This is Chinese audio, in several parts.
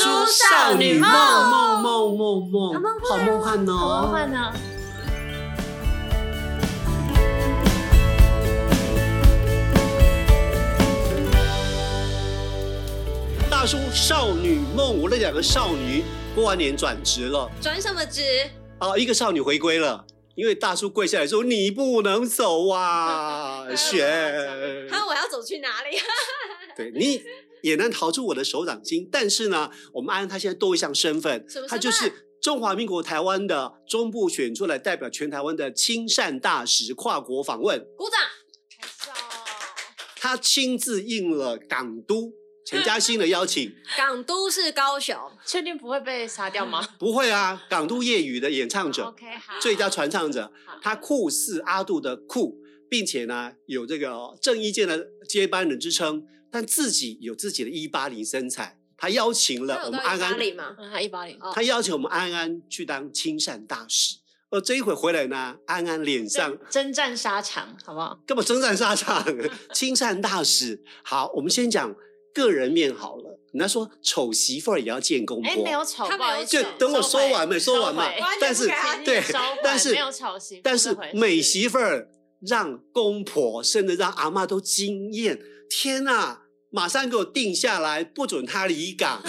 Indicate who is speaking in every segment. Speaker 1: 少女梦
Speaker 2: 梦梦梦
Speaker 1: 梦
Speaker 2: 梦好梦幻
Speaker 1: 好梦
Speaker 2: 哦！
Speaker 1: 幻呢？
Speaker 2: 大叔少女梦，我那两个少女过完年转职了
Speaker 1: 转什么职？
Speaker 2: 啊，一个少女回归了，因为大叔跪下来说：“你不能走啊，雪。
Speaker 1: 还有我要走去哪 里？
Speaker 2: 对你也能逃出我的手掌心。但是呢，我们安安她现在多一项身份
Speaker 1: 什么身份，
Speaker 2: 她就是中华民国台湾的中部选出来代表全台湾的亲善大使跨国访问。
Speaker 1: 鼓掌！
Speaker 2: 他亲自应了港都陈嘉欣的邀请。
Speaker 1: 港都是高雄，
Speaker 3: 确定不会被杀 掉吗
Speaker 2: 不会啊，港都夜雨的演唱者、
Speaker 3: 哦？OK，好。
Speaker 2: 最佳传唱者
Speaker 3: 好，
Speaker 2: 他酷似阿杜的酷，并且呢有这个郑伊健的接班人之称，但自己有自己的一八零身材。他邀请
Speaker 1: 那
Speaker 2: 了我
Speaker 1: 有
Speaker 2: 们
Speaker 1: 到
Speaker 2: 安
Speaker 1: 哪
Speaker 2: 安，
Speaker 1: 里吗？
Speaker 3: 嗯，他一八零，
Speaker 1: 哦
Speaker 2: 他邀请我们安安去当亲善大使。而这一回回来呢，安安脸上
Speaker 3: 征战沙场，好不好？
Speaker 2: 根本征战沙场， 亲善大使。好，我们先讲个人面好了。人家说丑媳妇儿也要见公婆，
Speaker 3: 哎，没有丑，
Speaker 1: 他
Speaker 3: 不好
Speaker 1: 没有
Speaker 3: 意
Speaker 1: 丑
Speaker 3: 思
Speaker 2: 就，等我说完没说完嘛
Speaker 3: 收回。
Speaker 1: 完全
Speaker 2: 但
Speaker 1: 不
Speaker 2: 是
Speaker 1: 给他
Speaker 2: 对
Speaker 3: 收回，
Speaker 2: 但是
Speaker 3: 没有丑媳妇
Speaker 2: 但
Speaker 3: 这
Speaker 2: 是
Speaker 3: 回事
Speaker 2: 美媳妇儿让公婆甚至让阿妈都惊艳，天呐、马上给我定下来，不准她离 港。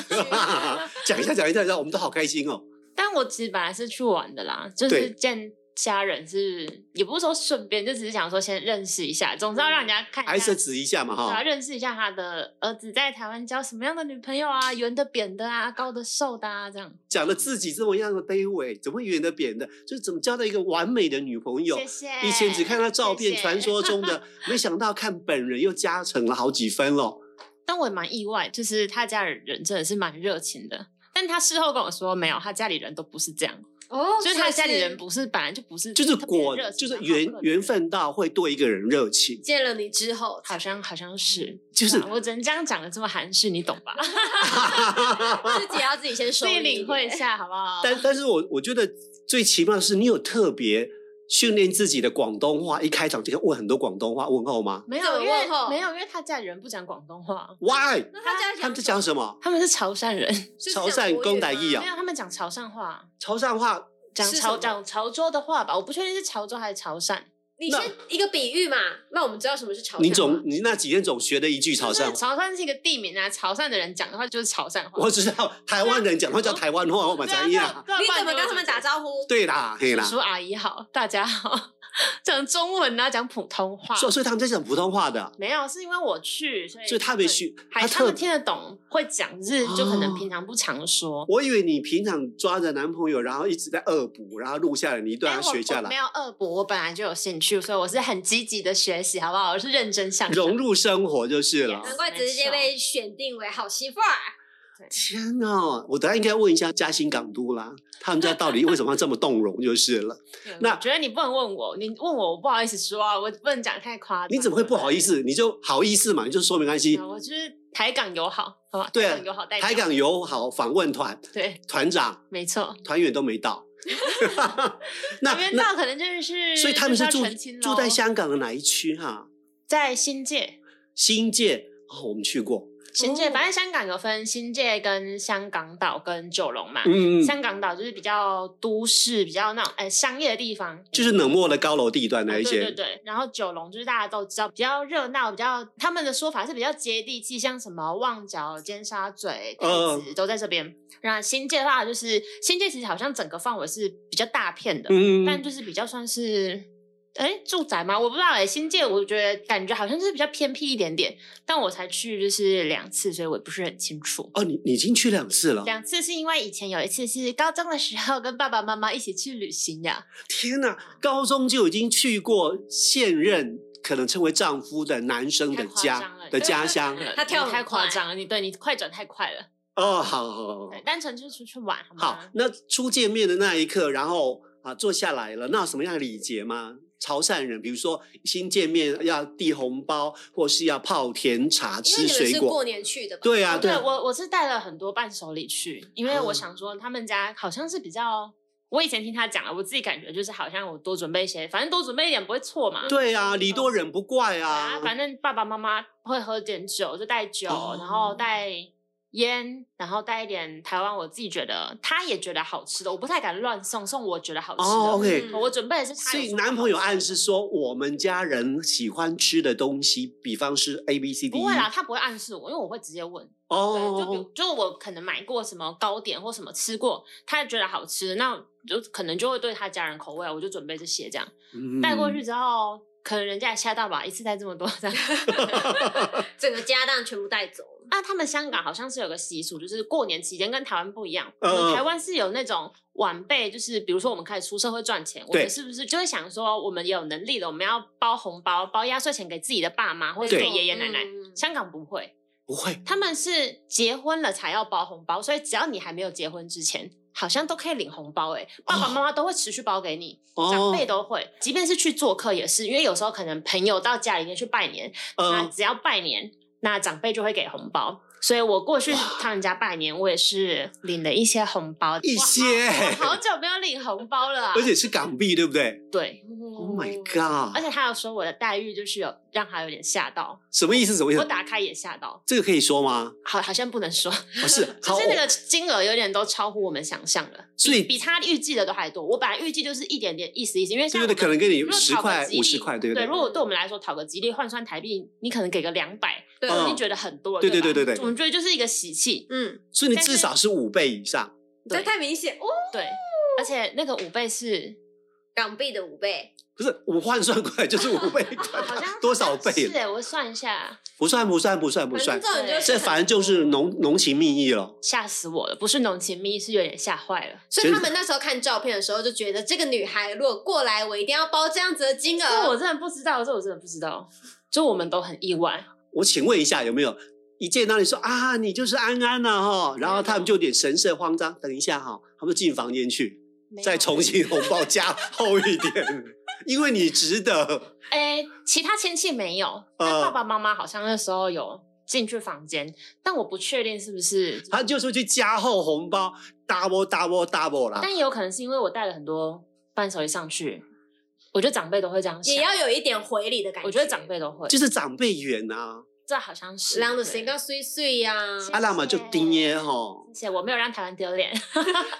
Speaker 2: 讲一下，讲一下，让我们都好开心哦。
Speaker 3: 但我其实本来是去玩的啦，就是
Speaker 2: 对
Speaker 3: 见家人是，也不是说顺便，就只是想说先认识一下，总是要让人家看
Speaker 2: 还
Speaker 3: 一下
Speaker 2: 是。指一下嘛
Speaker 3: 对啊，
Speaker 2: 哈。
Speaker 3: 认识一下他的儿子在台湾交什么样的女朋友啊，圆的、扁的啊，高的、瘦的啊，这样。
Speaker 2: 讲了自己这么样的卑微，怎么圆的扁的，就是怎么交到一个完美的女朋友
Speaker 3: 谢。谢。
Speaker 2: 以前只看到照片，
Speaker 3: 谢谢
Speaker 2: 传说中的，没想到看本人又加成了好几分哦了。
Speaker 3: 但我也蛮意外，就是他家人真的是蛮热情的。但他事后跟我说，没有，他家里人都不是这样，
Speaker 1: 哦
Speaker 3: 就是他家里人不是本来就不是特
Speaker 2: 就是
Speaker 3: 别热情，
Speaker 2: 果
Speaker 3: 然后，
Speaker 2: 就是
Speaker 3: 好客
Speaker 2: 缘
Speaker 3: 的
Speaker 2: 缘，分到会对一个人热情，
Speaker 1: 见了你之后，
Speaker 3: 好像好像是，
Speaker 2: 嗯就是
Speaker 3: 对啊我只能这样讲的这么含蓄，你懂吧？
Speaker 1: 自己要自己先收
Speaker 3: 自己
Speaker 1: 敛
Speaker 3: 领会一。下好不好？
Speaker 2: 但但是我我觉得最奇妙的是，你有特别训练自己的广东话，一开场就问很多广东话问候吗
Speaker 3: 没
Speaker 1: 怎
Speaker 3: 有，
Speaker 1: 么
Speaker 3: 因为
Speaker 1: 问候
Speaker 3: 没有，因为他家里人不讲广东话，
Speaker 2: ？Why？
Speaker 1: 那他家
Speaker 2: 他们在讲什么？
Speaker 3: 他们是潮汕人，
Speaker 1: 是
Speaker 2: 潮
Speaker 1: 讲
Speaker 2: 汕
Speaker 1: 国语
Speaker 2: 公台
Speaker 1: 吗
Speaker 2: 一啊
Speaker 3: 没有，他们讲潮汕话，
Speaker 2: 潮汕话
Speaker 3: 讲
Speaker 1: 是
Speaker 3: 潮
Speaker 1: 什
Speaker 3: 讲潮州的话吧，我不确定是潮州还是潮汕，
Speaker 1: 你
Speaker 2: 那
Speaker 1: 先一个比喻嘛，让我们知道什么是潮汕话。
Speaker 2: 你总你那几天总学的一句潮
Speaker 3: 就
Speaker 2: 汕
Speaker 3: 是
Speaker 2: 话，
Speaker 3: 潮汕是一个地名啊，潮汕的人讲的话就是潮汕话。
Speaker 2: 我只知道台湾人讲话叫台湾话，我们
Speaker 3: 对啊
Speaker 2: 才一样。
Speaker 3: 对啊
Speaker 1: 你
Speaker 3: 不然
Speaker 1: 怎么
Speaker 3: 会
Speaker 1: 跟他们打招呼？
Speaker 2: 对啦，嘿啦
Speaker 3: 叔，叔阿姨好，大家好， 讲中文啊，讲普通话。
Speaker 2: 所以所以他们在讲普通话的，
Speaker 3: 没有，是因为我去，所以
Speaker 2: 所以他
Speaker 3: 们
Speaker 2: 们学
Speaker 3: 还
Speaker 2: 他
Speaker 3: 他
Speaker 2: 特哦
Speaker 3: 们。听得懂，会讲日，就可能平常不常说。
Speaker 2: 我以为你平常抓着男朋友，然后一直在恶补，然后录下来，你一段要
Speaker 3: 但哎我
Speaker 2: 啊学下
Speaker 3: 我没
Speaker 2: 来，
Speaker 3: 有恶补，我本来就有兴趣，所以我是很积极的学习，好不好？我是认真向上
Speaker 2: 融。入生活就是了。
Speaker 3: Yes
Speaker 1: 难怪直接被选定为好媳妇儿。
Speaker 2: 天呐，我等下应该问一下嘉兴港都啦，他们家到底为什么要这么动容就是 了。
Speaker 3: 对
Speaker 2: 那
Speaker 3: 我觉得你不能问我，你问我，我不好意思说啊，我不能讲太夸张。
Speaker 2: 你怎么会不好意思？你就好意思嘛，你就说没关系
Speaker 3: 对不。啊对？我就是台港友好，好吧？
Speaker 2: 对啊
Speaker 3: 台港友好代表，
Speaker 2: 台港友好访问团
Speaker 3: 对，
Speaker 2: 团长、
Speaker 3: 没错。
Speaker 2: 团员都没到， 那
Speaker 3: 那边
Speaker 2: 那
Speaker 3: 到可能就是，
Speaker 2: 所以他们是
Speaker 3: 就是
Speaker 2: 住
Speaker 3: 要澄清咯
Speaker 2: 住在香港的哪一区哈、
Speaker 3: 在新界。
Speaker 2: 新界哦，我们去过，
Speaker 3: 新界，
Speaker 1: 哦
Speaker 3: 反正香港有分新界跟香港岛跟九龙嘛。
Speaker 2: 嗯，
Speaker 3: 啊香港岛就是比较都市，比较那种呃商业的地方，
Speaker 2: 就是冷漠的高楼地段
Speaker 3: 啊
Speaker 2: 那一
Speaker 3: 对
Speaker 2: 些。
Speaker 3: 对对。然后九龙就是大家都知道，比较热闹，比较他们的说法是比较接地气，像什么旺角、尖沙咀、太
Speaker 2: 呃
Speaker 3: 子都在这边。那新界的话，就是新界其实好像整个范围是比较大片的，但
Speaker 2: 嗯，
Speaker 3: 就是比较算是。哎，住宅吗？我不知道哎、新界我觉得感觉好像是比较偏僻一点点，但我才去就是两次，所以我也不是很清楚。
Speaker 2: 哦，你你已经去两次了，
Speaker 3: 两次是因为以前有一次是高中的时候跟爸爸妈妈一起去旅行呀，
Speaker 2: 天呐，高中就已经去过现任可能成为丈夫的男生的
Speaker 3: 太夸张
Speaker 2: 家
Speaker 3: 了
Speaker 2: 的家乡。
Speaker 3: 了
Speaker 1: 他跳
Speaker 3: 你太
Speaker 1: 很
Speaker 3: 夸
Speaker 1: 快
Speaker 3: 张了，你对你快转太快了，
Speaker 2: 哦，好好好
Speaker 3: 对，嗯单纯就是出去玩好吗？
Speaker 2: 好，那初见面的那一刻，然后啊坐下来了，那有什么样的礼节吗？潮汕人，比如说新见面要递红包，或是要泡甜茶、
Speaker 1: 因为
Speaker 2: 吃
Speaker 1: 你们
Speaker 2: 水
Speaker 1: 是
Speaker 2: 果
Speaker 1: 过，年去的吧？
Speaker 2: 对啊，
Speaker 3: 哦对
Speaker 2: 对嗯啊，
Speaker 3: 我我是带了很多伴手礼去，因为我想说他们家好像是比较，我以前听他讲了，我自己感觉就是好像我多准备一些，反正多准备一点不会错嘛。
Speaker 2: 对啊，礼多人不怪
Speaker 3: 嗯对啊，
Speaker 2: 啊。
Speaker 3: 反正爸爸妈妈会喝点酒，就带酒，
Speaker 2: 哦
Speaker 3: 然后带烟，然后带一点台湾我自己觉得他也觉得好吃的，我不太敢乱送，送我觉得好吃的。
Speaker 2: 哦，OK，
Speaker 1: 嗯
Speaker 3: 我准备的是他
Speaker 2: 所
Speaker 3: 有
Speaker 2: 以
Speaker 3: 说
Speaker 2: 男朋友暗示说，我们家人喜欢吃的东西，比方是 A B C D
Speaker 3: 不
Speaker 2: E。
Speaker 3: 会啦，他不会暗示我，因为我会直接问。对，就比如
Speaker 2: 哦，
Speaker 3: 就我可能买过什么糕点或什么吃过，他觉得好吃，那就可能就会对他家人口味，我就准备这些这样
Speaker 2: 嗯
Speaker 3: 带过去之后，可能人家也吓到吧，一次带这么多这样。
Speaker 1: 整个家当全部带走。
Speaker 3: 啊，他们香港好像是有个习俗，就是过年期间跟台湾不一样。
Speaker 2: 嗯
Speaker 3: 我
Speaker 2: 嗯
Speaker 3: 们台湾是有那种晚辈，就是比如说我们开始出社会赚钱，我
Speaker 2: 对
Speaker 3: 们是不是就会想说，我们有能力了，我们要包红包、包压岁钱给自己的爸妈或者
Speaker 2: 对
Speaker 3: 给爷爷奶奶。
Speaker 1: 嗯
Speaker 3: 香港不会，
Speaker 2: 不会
Speaker 3: 他们是结婚了才要包红包，所以只要你还没有结婚之前，好像都可以领红包、欸。爸爸妈妈都会持续包给你，长
Speaker 2: 哦
Speaker 3: 辈，都会，即便是去做客也是，因为有时候可能朋友到家里面去拜年，那
Speaker 2: 嗯，
Speaker 3: 只要拜年，那长辈就会给红包。所以我过去他们家拜年，我也是领了一些红包，
Speaker 2: 一些，
Speaker 3: 哇好好久没有领红包了啊、
Speaker 2: 而且是港币，对不对
Speaker 3: 对，
Speaker 2: ？Oh my
Speaker 3: 哦而
Speaker 2: god！
Speaker 3: 且他有说我的待遇就是有让他有点吓到，
Speaker 2: 什么意思？什么意
Speaker 3: 我
Speaker 2: 思？
Speaker 3: 打开也吓到，
Speaker 2: 这个可以说吗？
Speaker 3: 好好像不能说，
Speaker 2: 不是，好
Speaker 3: 就，是那个金额有点都超乎我们想象了，
Speaker 2: 所以
Speaker 3: 比他预计的都还多。我本来预计就是一点点意思意思，因为像
Speaker 2: 对
Speaker 3: 我
Speaker 2: 对对，
Speaker 3: 们
Speaker 2: 可能跟你
Speaker 3: 如果
Speaker 2: 十
Speaker 3: 讨个
Speaker 2: 块、
Speaker 3: 吉利
Speaker 2: 五十块，对不
Speaker 3: 对，
Speaker 2: 对
Speaker 3: 如？果对我们来说讨个吉利换算台币，你可能给个两百，
Speaker 1: 对，
Speaker 3: 我已
Speaker 2: 嗯
Speaker 3: 经觉得很多了。
Speaker 2: 对
Speaker 3: 对
Speaker 2: 对
Speaker 3: 吧
Speaker 2: 对对对
Speaker 3: 我们觉得就是一个喜气，
Speaker 1: 嗯，
Speaker 2: 所以你
Speaker 3: 但是
Speaker 2: 至少是五倍以上，
Speaker 1: 这
Speaker 3: 对
Speaker 1: 太明显哦，
Speaker 3: 对，而且那个五倍是
Speaker 1: 港币的五倍，
Speaker 2: 不是我换算过来就是五倍，
Speaker 3: 哦好像
Speaker 2: 多少倍
Speaker 3: 是哎，我算一下，
Speaker 2: 不算不算不算不
Speaker 1: 反
Speaker 2: 算
Speaker 1: 正，这种就是
Speaker 2: 这反正就是浓浓情蜜意了。
Speaker 3: 吓死我了！不是浓情蜜意，是有点吓坏了。
Speaker 1: 所以他们那时候看照片的时候就觉得，这个女孩如果过来，我一定要包这样子的金
Speaker 3: 这
Speaker 1: 额。
Speaker 3: 我真的不知道，这我真的不知道，就我们都很意外。
Speaker 2: 我请问一下，有没有一见到你说啊，你就是安安呐、哈，然后他们就有点神色慌张，等一下哈、他们进房间去，
Speaker 3: 没有
Speaker 2: 再重新红包加厚一点， 因为你值得。
Speaker 3: 哎、其他亲戚没有，但
Speaker 2: 呃
Speaker 3: 爸爸妈妈好像那时候有进去房间，但我不确定是不是，
Speaker 2: 他就说去加厚红包，double double double 啦。
Speaker 3: 但也有可能是因为我带了很多伴手礼上去，我觉得长辈都会这样想，
Speaker 1: 也要有一点回礼的感
Speaker 3: 我觉得长辈都会，
Speaker 2: 就是长辈缘啊，
Speaker 3: 这好像是
Speaker 1: 让的
Speaker 3: 对
Speaker 1: 谁个啊碎碎呀？
Speaker 3: 谢
Speaker 2: 阿拉玛就丁耶哈，
Speaker 3: 谢谢，我没有让台湾丢脸。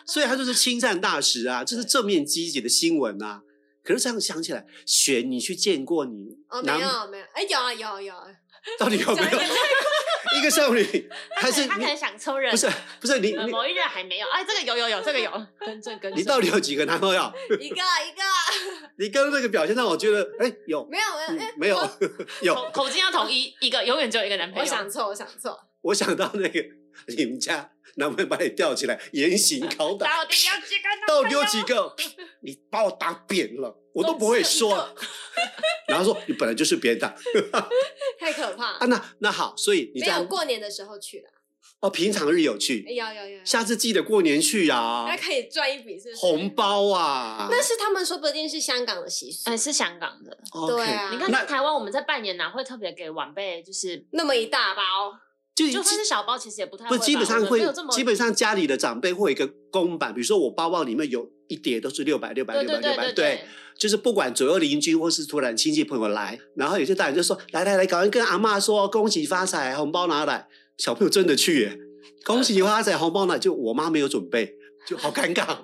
Speaker 2: 所以他就是亲善大使啊，这是正面积极的新闻啊。可是这样想起来，雪，你去见过你
Speaker 1: 哦，没
Speaker 2: 男
Speaker 1: 有没有，哎，有啊有啊有 啊，
Speaker 2: 到底有没
Speaker 1: 讲
Speaker 2: 有
Speaker 1: 一
Speaker 2: 一个少女，还是
Speaker 3: 他可
Speaker 2: 你
Speaker 3: 能想凑热闹，
Speaker 2: 不是不是你
Speaker 3: 呃
Speaker 2: 你
Speaker 3: 某一任还没有。哎，这个有有有，这个有，跟正跟
Speaker 2: 你到底有几个男朋友？
Speaker 1: 一个一个，
Speaker 2: 你刚刚那个表现让我觉得，哎，有，
Speaker 1: 没有没有
Speaker 2: 嗯
Speaker 1: 哎，
Speaker 2: 没有，
Speaker 3: 口
Speaker 2: 有。
Speaker 3: 口径要统一，一个永远只有一个男朋
Speaker 1: 哎
Speaker 3: 友。
Speaker 1: 我想错我想错，
Speaker 2: 我想到那个你们家男朋友把你吊起来严刑拷打，
Speaker 3: 到底有几个男
Speaker 2: 到
Speaker 3: 朋
Speaker 2: 底
Speaker 3: 友
Speaker 2: 有几个？ 你把我打扁了，我都不会说。然后说你本来就是扁打
Speaker 1: 太可怕
Speaker 2: 啊，。那那好，所以你
Speaker 1: 没
Speaker 2: 这
Speaker 1: 有
Speaker 2: 样
Speaker 1: 过年的时候去了，
Speaker 2: 哦，平常日有
Speaker 1: 哎
Speaker 2: 去，
Speaker 1: 有有有有，
Speaker 2: 下次记得过年去啊
Speaker 1: 那，可以赚一笔是不是？
Speaker 2: 红包啊。
Speaker 1: 那是他们说不定是香港的习俗
Speaker 3: 哎，，是香港的。
Speaker 1: 对
Speaker 2: OK
Speaker 1: 啊
Speaker 3: 你看，
Speaker 2: 那
Speaker 3: 在台湾我们在拜年哪会特别给晚辈，就是
Speaker 1: 那么一大包，
Speaker 2: 就
Speaker 3: 就算是小包，其实也不太
Speaker 2: 不
Speaker 3: 会
Speaker 2: 是
Speaker 3: 吧。
Speaker 2: 基本上
Speaker 3: 我们
Speaker 2: 会
Speaker 3: 没有这么，
Speaker 2: 基本上家里的长辈会有一个公版，比如说我包包里面有一叠都是六百、六百、
Speaker 3: 对
Speaker 2: 六百、
Speaker 3: 对
Speaker 2: 六
Speaker 3: 对
Speaker 2: 百，
Speaker 3: 对
Speaker 2: 对，，就是不管左右邻居或是突然亲戚朋友来，然后有些大人就说来来来，赶快跟阿嬷说恭喜发财，红包拿来。小朋友真的去耶，恭喜发财，红包拿来，就我妈没有准备，就好尴 尬。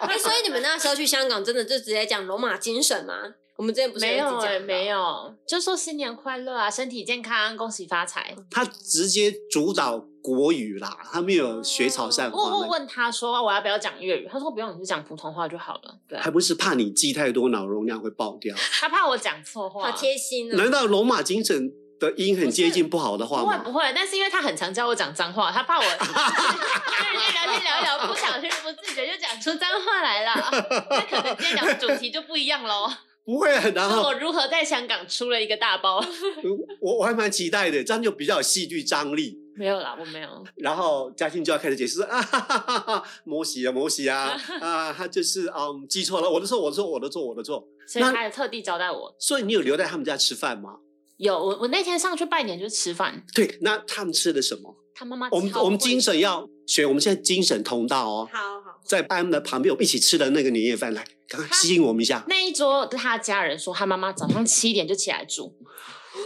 Speaker 1: 哎，所以你们那时候去香港真的就直接讲罗马精神吗？我们之前不是
Speaker 3: 没有哎，
Speaker 1: 哎
Speaker 3: 没有，就说新年快乐啊，身体健康，恭喜发财。
Speaker 2: 他直接主导国语啦，他没有学潮汕
Speaker 3: 我
Speaker 2: 话
Speaker 3: 我
Speaker 2: 呢，
Speaker 3: 问他说啊我要不要讲粤语，他说不用，你就讲普通话就好了。对啊，
Speaker 2: 还不是怕你记太多，脑容量会爆掉。
Speaker 3: 他怕我讲错话。
Speaker 1: 好贴心
Speaker 2: 难
Speaker 1: 哦。
Speaker 2: 道罗马精神的音很接近不好的话
Speaker 3: 不
Speaker 2: 吗？
Speaker 3: 会不会，但是因为他很常教我讲脏话，他怕我 就是越聊天聊一聊，不小心不自觉就讲出脏话来了。那可能今天聊的主题就不一样喽。
Speaker 2: 不会啊，然
Speaker 3: 是
Speaker 2: 后
Speaker 3: 我如何在香港出了一个大包？
Speaker 2: 我我还蛮期待的，这样就比较有戏剧张力。
Speaker 3: 没有啦，我没有。
Speaker 2: 然后嘉欣就要开始解释说啊，哈哈哈哈摩西啊，摩西 啊，啊，他就是嗯记错了，我的错，我的错，我的错，我的错。
Speaker 3: 所以
Speaker 2: 那
Speaker 3: 他也特地交代我，
Speaker 2: 所以你有留在他们家吃饭吗？
Speaker 3: 有我我那天上去拜年就是吃饭，
Speaker 2: 对，那他们吃的什么？
Speaker 3: 他妈妈
Speaker 2: 我们
Speaker 3: 超会
Speaker 2: 我们精神要学，我们现在精神通道哦，
Speaker 1: 好好，
Speaker 2: 在班的旁边，我们一起吃的那个年夜饭，来，赶快吸引我们一下。
Speaker 3: 那一桌，他家人说他妈妈早上七点就起来煮，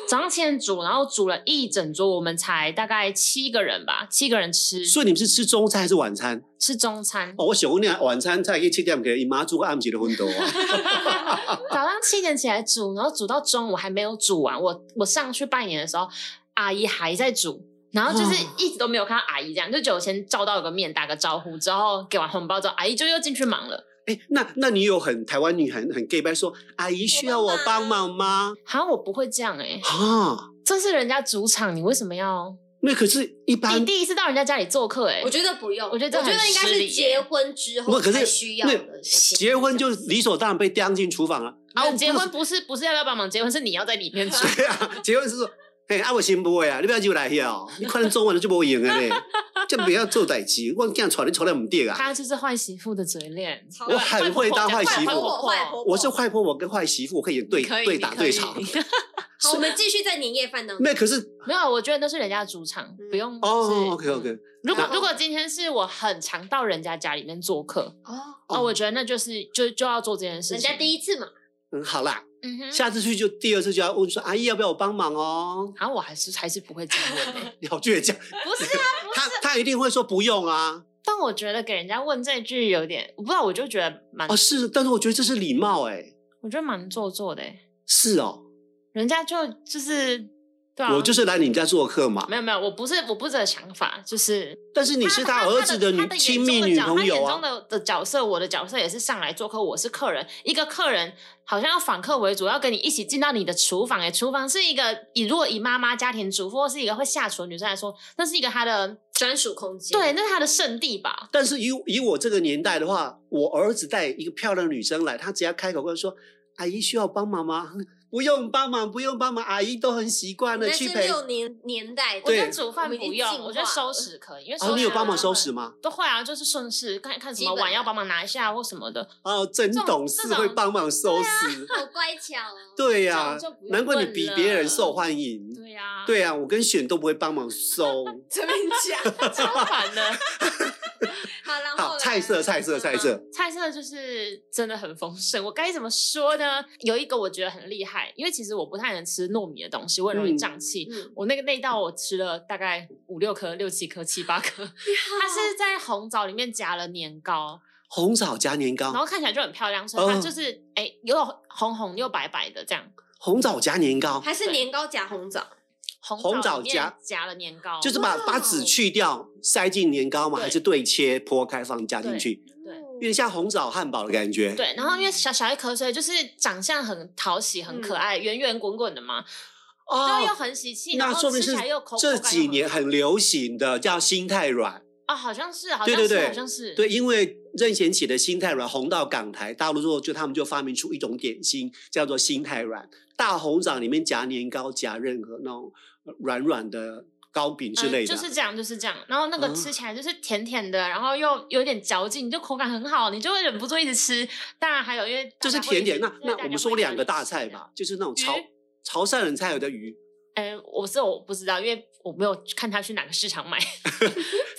Speaker 3: 早上七点煮，然后煮了一整桌，我们才大概七个人吧，七个人吃
Speaker 2: 所以你们是吃中餐还是晚餐？
Speaker 3: 吃中餐。
Speaker 2: 哦，我想问你，晚餐菜去七点给姨妈煮个暗时的昏倒啊！
Speaker 3: 早上七点起来煮，然后煮到中午还没有煮完。我我上去拜年的时候，阿姨还在煮，然后就是
Speaker 2: 哇
Speaker 3: 一直都没有看到阿姨这样，就只有先照到有个面打个招呼，之后给完红包之后，阿姨就又进去忙了。
Speaker 2: 哎、那那你有很台湾女很很 gay 白说，阿姨需要我帮忙吗？
Speaker 3: 好像我不会这样哎、
Speaker 2: 啊，
Speaker 3: 这是人家主场，你为什么要？
Speaker 2: 那可是一般
Speaker 3: 你第一次到人家家里做客哎、
Speaker 1: 我觉得不用，
Speaker 3: 我觉得这
Speaker 1: 我觉得
Speaker 3: 很
Speaker 1: 应该
Speaker 3: 失礼
Speaker 1: 是结
Speaker 3: 耶
Speaker 1: 婚之
Speaker 2: 不
Speaker 1: 后
Speaker 2: 可是
Speaker 1: 才需要
Speaker 2: 那
Speaker 1: 的行为。
Speaker 2: 结婚就理所当然被叼进厨房了 啊！
Speaker 3: 啊，
Speaker 2: 我
Speaker 3: 结婚不是不是要不要帮忙，结婚是你要在里 面煮。
Speaker 2: 对啊，结婚是说，哎、啊我新妇的啊，你不要就来遐哦，你看能中文就无用的嘞，这不要做代志，我惊传你传来唔对啊！
Speaker 3: 她就是坏媳妇的嘴脸，
Speaker 1: 超
Speaker 2: 我很会当坏媳妇
Speaker 1: 坏婆婆坏婆婆
Speaker 2: 我是坏婆婆跟坏媳妇，我可以演对
Speaker 3: 可以
Speaker 2: 对
Speaker 3: 你
Speaker 2: 打
Speaker 3: 可
Speaker 2: 对
Speaker 3: 以
Speaker 2: 吵。
Speaker 1: 好，我们继续在年夜饭当中。
Speaker 2: 那可是
Speaker 3: 没有，我觉得那是人家的主场，不用。就是
Speaker 2: 哦，OK OK，
Speaker 3: 如果
Speaker 1: 那
Speaker 3: 如果今天是我很常到人家家里面做客，
Speaker 1: 哦，
Speaker 2: 哦
Speaker 3: 哦，我觉得那就是就就要做这件事
Speaker 1: 人
Speaker 3: 情。
Speaker 1: 家第一次嘛，
Speaker 2: 嗯，好啦，
Speaker 3: 嗯哼，
Speaker 2: 下次去就第二次就要问说，阿姨要不要我帮忙哦？
Speaker 3: 然后我还是还是不会这样问 欸
Speaker 2: 你好倔强，
Speaker 3: 不是啊，不
Speaker 2: 他他一定会说不用啊。
Speaker 3: 但我觉得给人家问这句有点，我不知道，我就觉得蛮，
Speaker 2: 哦，是，但是我觉得这是礼貌哎、
Speaker 3: 我觉得蛮做作的欸。
Speaker 2: 是哦，
Speaker 3: 人家就就是，对啊，嗯
Speaker 2: 我就是来你们家做客嘛。
Speaker 3: 没有没有，我不是我不是这个想法，就是
Speaker 2: 但是你是他儿子
Speaker 3: 的
Speaker 2: 女亲密女朋友
Speaker 3: 他眼中
Speaker 2: 啊，
Speaker 3: 的的角色，我的角色也是上来做客，我是客人，一个客人好像要访客为主，要跟你一起进到你的厨房。哎，厨房是一个以如果以妈妈家庭主妇或是一个会下厨的女生来说，那是一个她的
Speaker 1: 专属空间。
Speaker 3: 对，，那是她的圣地吧？
Speaker 2: 但是以以我这个年代的话，我儿子带一个漂亮女生来，他只要开口跟我说：“阿姨需要帮忙吗？” 不用帮忙，不用帮忙，阿姨都很习惯了
Speaker 1: 那
Speaker 2: 去
Speaker 1: 是
Speaker 2: 陪。
Speaker 1: 六年年代的，
Speaker 3: 我
Speaker 2: 对
Speaker 3: 觉得煮饭
Speaker 1: 我们已
Speaker 3: 不
Speaker 1: 经进
Speaker 3: 用，
Speaker 1: 化
Speaker 3: 我觉得收拾可以，因为收拾、
Speaker 2: 哦，你有帮忙收拾吗？
Speaker 3: 都会啊，就是顺势看看什
Speaker 1: 基
Speaker 3: 么
Speaker 1: 本的
Speaker 3: 碗要帮忙拿一下或什么的。
Speaker 2: 哦，真
Speaker 3: 这种
Speaker 2: 懂
Speaker 3: 这
Speaker 2: 事，
Speaker 3: 种啊
Speaker 2: 会帮忙收拾。
Speaker 1: 好乖巧哦。
Speaker 2: 对呀、
Speaker 3: 这种就不用
Speaker 2: 难怪你
Speaker 3: 问
Speaker 2: 比
Speaker 3: 了
Speaker 2: 别人受欢迎。
Speaker 3: 对啊呀、
Speaker 2: 对呀、我跟选都不会帮忙收。
Speaker 1: 这边讲，
Speaker 3: 超烦 的。
Speaker 1: 好，然后
Speaker 2: 好，
Speaker 1: 嘞
Speaker 2: 菜色，菜色，菜。色。
Speaker 3: 菜色就是真的很丰盛，我该怎么说呢？有一个我觉得很厉害，因为其实我不太能吃糯米的东西，我很容易
Speaker 2: 嗯
Speaker 3: 胀气。
Speaker 1: 嗯，
Speaker 3: 我那个那一道我吃了大概五六颗、六七颗、七八
Speaker 2: 哦
Speaker 3: 颗，它
Speaker 1: 它
Speaker 3: 是在红枣里面夹了年糕，
Speaker 2: 红枣夹年
Speaker 3: 然后
Speaker 2: 糕，
Speaker 3: 看起来就很漂亮，所以它
Speaker 2: 哦嗯
Speaker 3: 就是哎、又红红又白白的这样。
Speaker 2: 红枣夹年糕，
Speaker 1: 还是
Speaker 3: 对
Speaker 1: 年糕夹红枣，
Speaker 3: 红
Speaker 2: 红枣
Speaker 3: 枣里面
Speaker 2: 夹
Speaker 3: 夹了年糕，
Speaker 2: 就是把
Speaker 1: 哇
Speaker 2: 把籽去掉，塞进年糕嘛，
Speaker 3: 哦对
Speaker 2: 还是对切、剖开放加进去，
Speaker 3: 对
Speaker 2: 有点像红枣汉堡的感觉。，
Speaker 3: 对，然后因为
Speaker 2: 嗯
Speaker 3: 小小一颗，所以就是长相很讨喜、很可
Speaker 1: 嗯
Speaker 3: 爱，圆圆滚滚的嘛，然后又
Speaker 2: 哦，
Speaker 3: 很喜气，然
Speaker 2: 那
Speaker 3: 后
Speaker 2: 说明
Speaker 3: 吃
Speaker 2: 是
Speaker 3: 起来又口
Speaker 2: 这
Speaker 3: 口感又
Speaker 2: 几
Speaker 3: 很
Speaker 2: 年
Speaker 3: 好
Speaker 2: 很流行的叫心太软，
Speaker 3: 啊，好像是，好
Speaker 2: 对
Speaker 3: 像
Speaker 2: 对
Speaker 3: 是，
Speaker 2: 对
Speaker 3: 好像是，
Speaker 2: 对，因为任贤齐的心太软红到港台，大陆之后就他们就发明出一种点心，叫做心太软，大红枣里面夹年糕，夹任何那种软软的糕饼之
Speaker 3: 嗯
Speaker 2: 类的，
Speaker 3: 就是这样，就是这样。然后那个
Speaker 2: 嗯
Speaker 3: 吃起来就是甜甜的，然后又有点嚼劲，就口感很好，你就会忍不住一直吃。当然还有，因为
Speaker 2: 就
Speaker 3: 大
Speaker 2: 是
Speaker 3: 家会
Speaker 2: 甜
Speaker 3: 一
Speaker 2: 点。
Speaker 3: 直
Speaker 2: 那那我们说两个大菜。
Speaker 3: 对家就会一直吃
Speaker 2: 吧，就是那种潮
Speaker 3: 鱼
Speaker 2: 潮汕人才有的鱼，
Speaker 3: 呃，我是我不知道，因为我没有看他去哪个市 场买，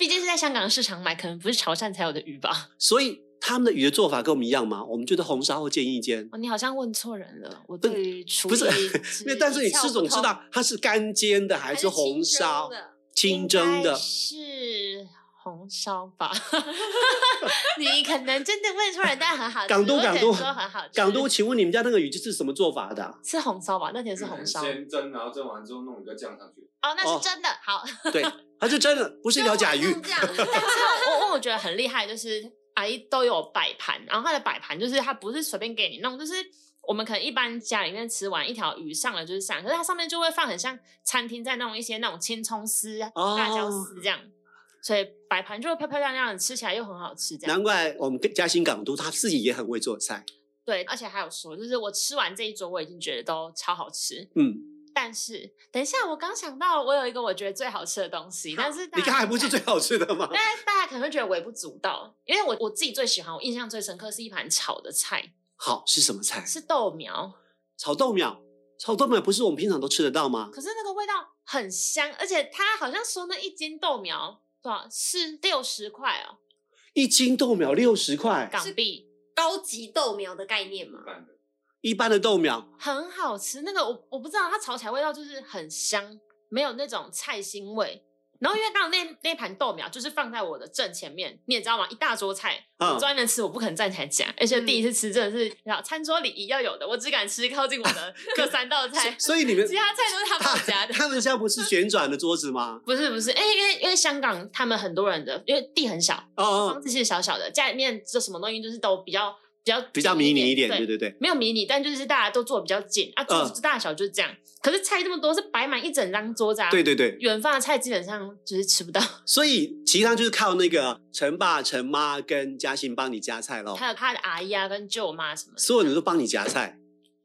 Speaker 3: 毕竟是在香港的市场买，可能不是潮汕才有的鱼吧。
Speaker 2: 所以他们的鱼的做法跟我们一样吗？我们觉得红烧或建议煎，
Speaker 3: 哦，你好像问错人了，我
Speaker 2: 不
Speaker 3: 对于厨艺
Speaker 2: 不是
Speaker 3: 之
Speaker 2: 那但是你
Speaker 3: 一窍
Speaker 2: 吃
Speaker 3: 不
Speaker 2: 总知
Speaker 3: 通
Speaker 2: 道它是干煎的还
Speaker 1: 还是
Speaker 2: 红
Speaker 1: 清
Speaker 2: 烧
Speaker 1: 蒸的
Speaker 2: 清蒸
Speaker 3: 应该
Speaker 2: 的？
Speaker 3: 是红烧吧？ 你可能真的问错人，但很好吃。
Speaker 2: 港都
Speaker 3: 我只能
Speaker 2: 港都
Speaker 3: 说很好吃，
Speaker 2: 港都，请问你们家那个鱼就是什么做法的啊、
Speaker 3: 是红烧吧？那天是红烧哦，
Speaker 4: 先蒸，然后蒸完之后弄一个酱上去。
Speaker 3: 那
Speaker 2: 哦
Speaker 3: 是真的。好，
Speaker 2: 对，它就真的不是一条假鱼
Speaker 1: 就。晚上这 样
Speaker 3: 我我我觉得很厉害，就是阿姨都有摆盘，然后她的摆盘就是她不是随便给你弄，就是。我们可能一般家里面吃完一条鱼上了就是上，可是它上面就会放很像餐厅在弄一些那种青葱丝、
Speaker 2: 哦
Speaker 3: 辣椒丝这样，所以摆盘就会漂漂亮亮的，吃起来又很好吃。这样
Speaker 2: 难怪我们嘉兴港都他自己也很会做菜。
Speaker 3: 对，而且还有说，就是我吃完这一桌，我已经觉得都超好吃。
Speaker 2: 嗯，
Speaker 3: 但是等一下，我刚想到，我有一个我觉得最好吃的东西，但是 大
Speaker 2: 你
Speaker 3: 家
Speaker 2: 看还不是最好吃的 吗？
Speaker 3: 但是大家可能会觉得微不足道，因为我我自己最喜欢，我印象最深刻是一盘炒的菜，
Speaker 2: 好是什么菜？
Speaker 3: 是豆苗，
Speaker 2: 炒豆苗。炒豆苗不是我们平常都吃得到吗？
Speaker 3: 可是那个味道很香，而且它好像说那一斤豆苗多少是六十块哦，
Speaker 2: 一斤豆苗六十块，
Speaker 3: 港币。
Speaker 1: 高级豆苗的概念嘛，
Speaker 4: 烂的，
Speaker 2: 一般的豆苗，
Speaker 3: 很好吃。那个我我不知道，它炒起来味道就是很香，没有那种菜腥味。然后因为刚好那那盘豆苗就是放在我的正前面，你也知道吗？一大桌菜，
Speaker 2: 嗯
Speaker 3: 我坐在那吃，我不可能站起来夹，而且第一次吃真的是，然后餐桌礼仪要有的，我只敢吃靠近 我的各三道菜，
Speaker 2: 所以你 们
Speaker 3: 其他菜都是他帮
Speaker 2: 他
Speaker 3: 我夹的。
Speaker 2: 他们家不是旋转的桌子吗？
Speaker 3: 不是不是，哎、因为因为香港他们很多人的，因为地很小，
Speaker 2: 哦
Speaker 3: 房
Speaker 2: 哦，
Speaker 3: 子其实小小的，家里面就什么东西就是都比较比较
Speaker 2: 比较迷你一点，
Speaker 3: 对
Speaker 2: 对对对。
Speaker 3: 没有迷你，但就是大家都坐得比较紧
Speaker 2: 嗯
Speaker 3: 啊，桌子大小就是这样。可是菜这么多，是摆满一整张桌子啊。
Speaker 2: 对，对对，
Speaker 3: 远方的菜基本上就是吃不到，
Speaker 2: 所以其他就是靠那个陈爸、陈妈跟嘉欣帮你夹菜喽，
Speaker 3: 还有他的阿姨啊跟舅妈什么的。
Speaker 2: 所有人都帮你夹菜。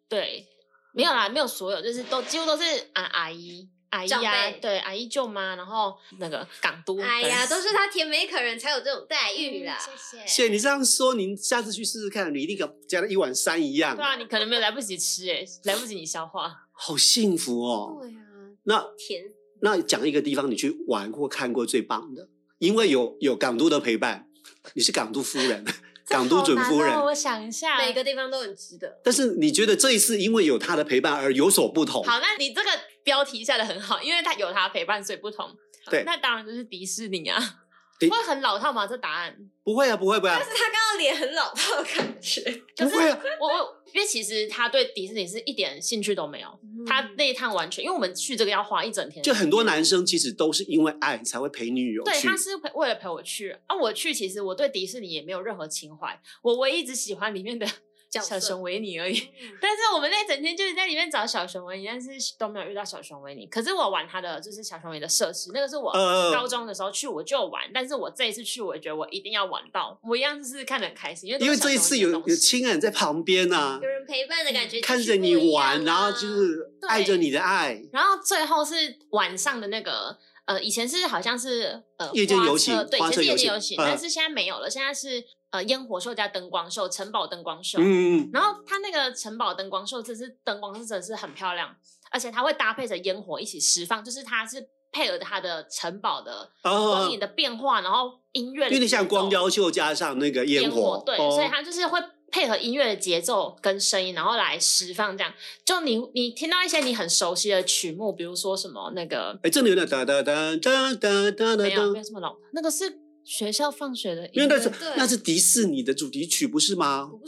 Speaker 3: 对，没有啦，没有所有，就是都几乎都是啊阿姨。阿姨
Speaker 1: 长
Speaker 3: 啊
Speaker 1: 辈，
Speaker 3: 对，阿姨舅妈，然后那个港都，
Speaker 1: 哎呀，都是他甜美可人才有这种待遇啦。
Speaker 3: 嗯谢
Speaker 2: 谢谢你这样说，你下次去试试看，你那个夹的一碗山一样
Speaker 3: 对，啊，你可能没有来不及吃，哎，来不及你消化。
Speaker 2: 好幸福哦。
Speaker 1: 对啊，
Speaker 2: 那
Speaker 1: 甜
Speaker 2: 那讲一个地方你去玩或看过最棒的，因为有有港都的陪伴，你是港都夫 人，港都准夫
Speaker 3: 这好
Speaker 2: 人
Speaker 3: 难哦。我想一下，
Speaker 1: 每个地方都很值得。
Speaker 2: 但是你觉得这一次因为有他的陪伴而有所不同？
Speaker 3: 好，那你这个标题下的很好，因为它有它陪伴，所以不同。
Speaker 2: 对
Speaker 3: 那当然就是迪士尼啊，
Speaker 2: 迪
Speaker 3: 会很老套吗？这答案？
Speaker 2: 不会啊，不会，不会、啊，
Speaker 1: 但是他刚刚脸很老套的感觉，
Speaker 2: 不会啊。
Speaker 3: 我我因为其实他对迪士尼是一点兴趣都没有，
Speaker 1: 嗯
Speaker 3: 他那一趟完全，因为我们去这个要花一整天，
Speaker 2: 就很多男生其实都是因为爱才会陪女友
Speaker 3: 嗯对，
Speaker 2: 去
Speaker 3: 他，是陪为了陪我去啊，我去其实我对迪士尼也没有任何情怀，我唯一只喜欢里面的
Speaker 1: 角
Speaker 3: 小
Speaker 1: 色
Speaker 3: 熊维尼而已。
Speaker 1: 嗯
Speaker 3: 但是我们那整天就是在里面找小熊维尼，但是都没有遇到小熊维尼。可是我玩他的就是小熊维尼的设施，那个是我
Speaker 2: 呃
Speaker 3: 高中的时候去我就有玩，但是我这一次去，我觉得我一定要玩到，我一样就是看得很开心，因为都
Speaker 2: 因
Speaker 3: 是
Speaker 2: 为
Speaker 3: 小
Speaker 2: 这一次
Speaker 3: 熊维尼的
Speaker 2: 有
Speaker 3: 东
Speaker 2: 有
Speaker 3: 西
Speaker 2: 亲人在旁边啊
Speaker 1: 有，人陪伴的感觉，
Speaker 2: 看
Speaker 1: 就是
Speaker 2: 着
Speaker 1: 不
Speaker 2: 你
Speaker 1: 一样
Speaker 2: 玩，然后
Speaker 1: 啊
Speaker 2: 就是
Speaker 3: 对
Speaker 2: 爱着你的爱，
Speaker 3: 然后最后是晚上的那个，呃，以前是好像是呃
Speaker 2: 夜间
Speaker 3: 花
Speaker 2: 游
Speaker 3: 车
Speaker 2: 行
Speaker 3: 对，
Speaker 2: 花
Speaker 3: 以前
Speaker 2: 车
Speaker 3: 是夜
Speaker 2: 游
Speaker 3: 间游
Speaker 2: 行
Speaker 3: 行，
Speaker 2: 嗯
Speaker 3: 但是现在没有了，现在是呃烟火秀加灯光秀，城堡灯光秀。
Speaker 2: 嗯，嗯
Speaker 3: 然后它那个城堡灯光秀，这是灯光是真的是很漂亮，而且它会搭配着烟火一起释放，就是它是配合它的城堡的光
Speaker 2: 哦，
Speaker 3: 影的变化，然后音乐的
Speaker 2: 有点像
Speaker 3: 节奏
Speaker 2: 光雕秀加上那个
Speaker 3: 烟
Speaker 2: 火，
Speaker 3: 对，
Speaker 2: 哦
Speaker 3: 所以它就是会配合音乐的节奏跟声音，然后来释放这样。就你你听到一些你很熟悉的曲目，比如说什么那个
Speaker 2: 哎，真的有点哒哒哒哒哒哒哒
Speaker 3: 没有没有
Speaker 2: 哒，
Speaker 3: 这么老，那个是学校放学的音
Speaker 2: 因为
Speaker 3: 乐，
Speaker 2: 那是
Speaker 1: 对
Speaker 2: 那是迪士尼的主题曲，不是吗？
Speaker 1: 不
Speaker 3: 那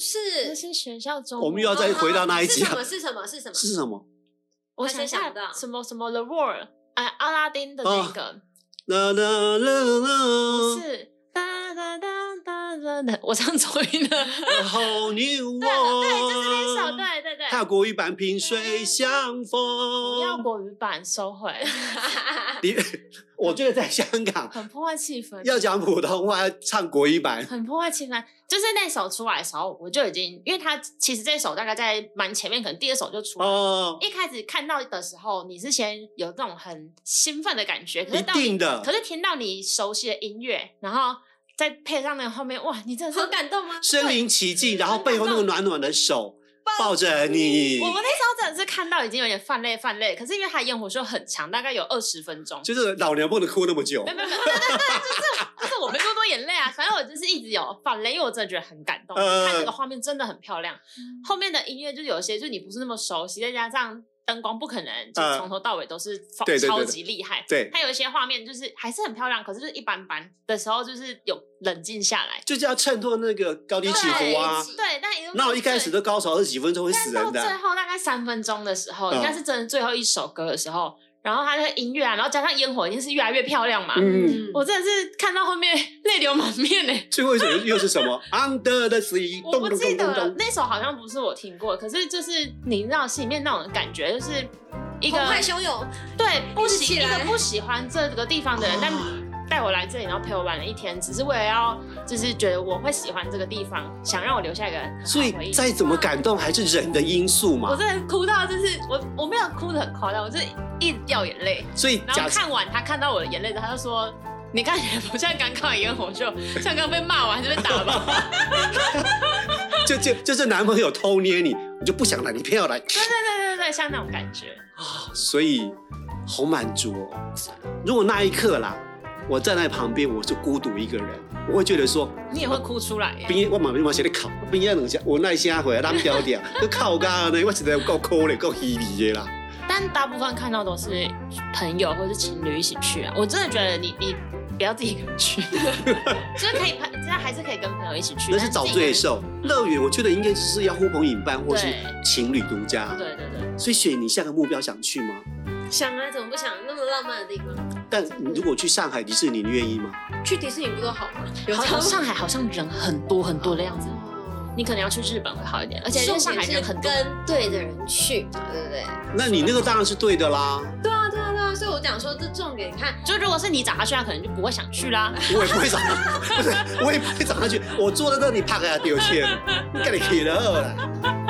Speaker 1: 是
Speaker 3: 是学校中
Speaker 2: 我们又要再
Speaker 1: 哦
Speaker 2: 回到那一
Speaker 1: 是
Speaker 2: 集啊
Speaker 1: 什么是什么是什么？
Speaker 2: 是什么？
Speaker 3: 我
Speaker 1: 还
Speaker 3: 想
Speaker 1: 真
Speaker 3: 一下
Speaker 1: 想不到
Speaker 3: 什么什么 The World，哎、阿拉丁的那
Speaker 2: 哦
Speaker 3: 个、
Speaker 2: 啦啦啦
Speaker 3: 不
Speaker 2: 啦，
Speaker 3: 是。哒哒哒哒哒哒，我唱错音了。
Speaker 2: 好牛
Speaker 3: 对
Speaker 2: 哦！
Speaker 3: 对，就是那首，对对对。
Speaker 2: 还有国语版《萍水相逢
Speaker 3: 不要》。国语版收回，
Speaker 2: 你，我觉得在香港
Speaker 3: 很破坏气氛。
Speaker 2: 要讲普通话，要唱国语版，
Speaker 3: 很破坏气氛。就是那首出来的时候，我就已经，因为他其实这首大概在蛮前面，可能第二首就出来。
Speaker 2: 哦，
Speaker 3: 一开始看到的时候，你是先有那种很兴奋的感觉，可
Speaker 2: 一
Speaker 3: 是到你
Speaker 2: 定的。
Speaker 3: 可是听到你熟悉的音乐，然后再配上那个后面，哇，你真的是
Speaker 1: 好感动吗？
Speaker 2: 身临其境，然后背后那个暖暖的手抱着你
Speaker 3: 我，们那时候真的是看到已经有点泛泪泛泪，可是因为它的烟火秀很长，大概有二十分钟，
Speaker 2: 就是老娘不能哭那么久
Speaker 3: 没。有没有没有，对对对，就是就是我没那么多眼泪啊，反正我就是一直有泛泪，因为我真的觉得很感动，
Speaker 2: 呃
Speaker 3: 看那个画面真的很漂亮。后面的音乐就有些就你不是那么熟悉，再加上灯光不可能就是
Speaker 2: 呃
Speaker 3: 从头到尾都是放
Speaker 2: 对对对
Speaker 3: 超
Speaker 2: 对
Speaker 3: 级厉害，
Speaker 2: 对，
Speaker 3: 它有一些画面就是还是很漂亮，可是就是一般般的时候就是有冷静下来。
Speaker 2: 就是要衬托那个高低起伏啊。
Speaker 1: 对
Speaker 3: 对，但一路
Speaker 2: 那我一开
Speaker 3: 对
Speaker 2: 始的高潮是几分钟会死
Speaker 3: 但
Speaker 2: 人
Speaker 3: 到最
Speaker 2: 的，
Speaker 3: 后大概三分钟的时候，
Speaker 2: 嗯
Speaker 3: 应该是真的最后一首歌的时候，然后它那个音乐啊，然后加上烟火，已经是越来越漂亮嘛。
Speaker 2: 嗯，
Speaker 3: 我真的是看到后面泪流满面欸呢、
Speaker 2: 最后一首又是什 么？Under the sea，
Speaker 3: 我
Speaker 2: 咚
Speaker 3: 不
Speaker 2: 咚
Speaker 3: 记
Speaker 2: 咚咚
Speaker 3: 得了
Speaker 2: 咚。
Speaker 3: 那首好像不是我听过，可是就是你知道心里面那种感觉，就是一个
Speaker 1: 澎湃汹涌，
Speaker 3: 对不
Speaker 1: 一
Speaker 3: 喜
Speaker 1: 起
Speaker 3: 一
Speaker 1: 来
Speaker 3: 个不喜欢这个地方的人，但带我来这里，然后陪我玩了一天，只是为了要就是觉得我会喜欢这个地方，想让我留下一个很好的
Speaker 2: 所
Speaker 3: 回
Speaker 2: 以
Speaker 3: 忆
Speaker 2: 再怎么感动还是人的因素
Speaker 3: 我
Speaker 2: 嘛。
Speaker 3: 真的哭到，就是我我没有哭的很夸张，我就是一直掉眼泪。
Speaker 2: 所以
Speaker 3: 然
Speaker 2: 假
Speaker 3: 后看完他看到我的眼泪，他就说：“你看起来不像刚看完烟火秀， 像刚被骂完还是被打 吧
Speaker 2: 就就就是男朋友偷捏你，你就不想来，你偏要来？”
Speaker 3: 对对对对对，像那种感觉。
Speaker 2: 啊，所以好满足哦。如果那一刻啦，我站在旁边，我就孤独一个人，我会觉得说，
Speaker 3: 你也会哭出来耶。
Speaker 2: 边我嘛边嘛写咧哭，边仔两只我那声回来咱调调，去哭噶呢，我实在有够可怜，够稀微的啦。
Speaker 3: 但大部分看到都是朋友或是情侣一起去啊。我真的觉得你你不要自己一个 人去，就是可以朋，这样还是可以跟朋友一起去。
Speaker 2: 那是找罪
Speaker 3: 受。
Speaker 2: 受。乐园我觉得应该就是要呼朋引伴，或是
Speaker 3: 对
Speaker 2: 情侣独家。
Speaker 3: 对对对，
Speaker 2: 所以雪，你下个目标想去吗？
Speaker 1: 想啊，怎么不想？那么浪漫的地方，
Speaker 2: 但你如果去上海迪士尼，你愿意吗？
Speaker 1: 去迪士尼不哦都好吗？有
Speaker 3: 好
Speaker 1: 差
Speaker 3: 像
Speaker 1: 吗？
Speaker 3: 上海好像人很多很多的样子，你可能要去日本会好一点，而且因为上海人很
Speaker 1: 重
Speaker 3: 多。
Speaker 1: 点是跟对的人去嘛，对不对？
Speaker 2: 那你那个当然是对的啦，
Speaker 1: 对啊，对啊，对啊，所以我讲说这重点，你看
Speaker 3: 就如果是你找他去，他可能就不会想去啦。
Speaker 2: 我也不会找，不是，我也不会找上去。我坐在这里，啪给他丢去，你赶紧去了。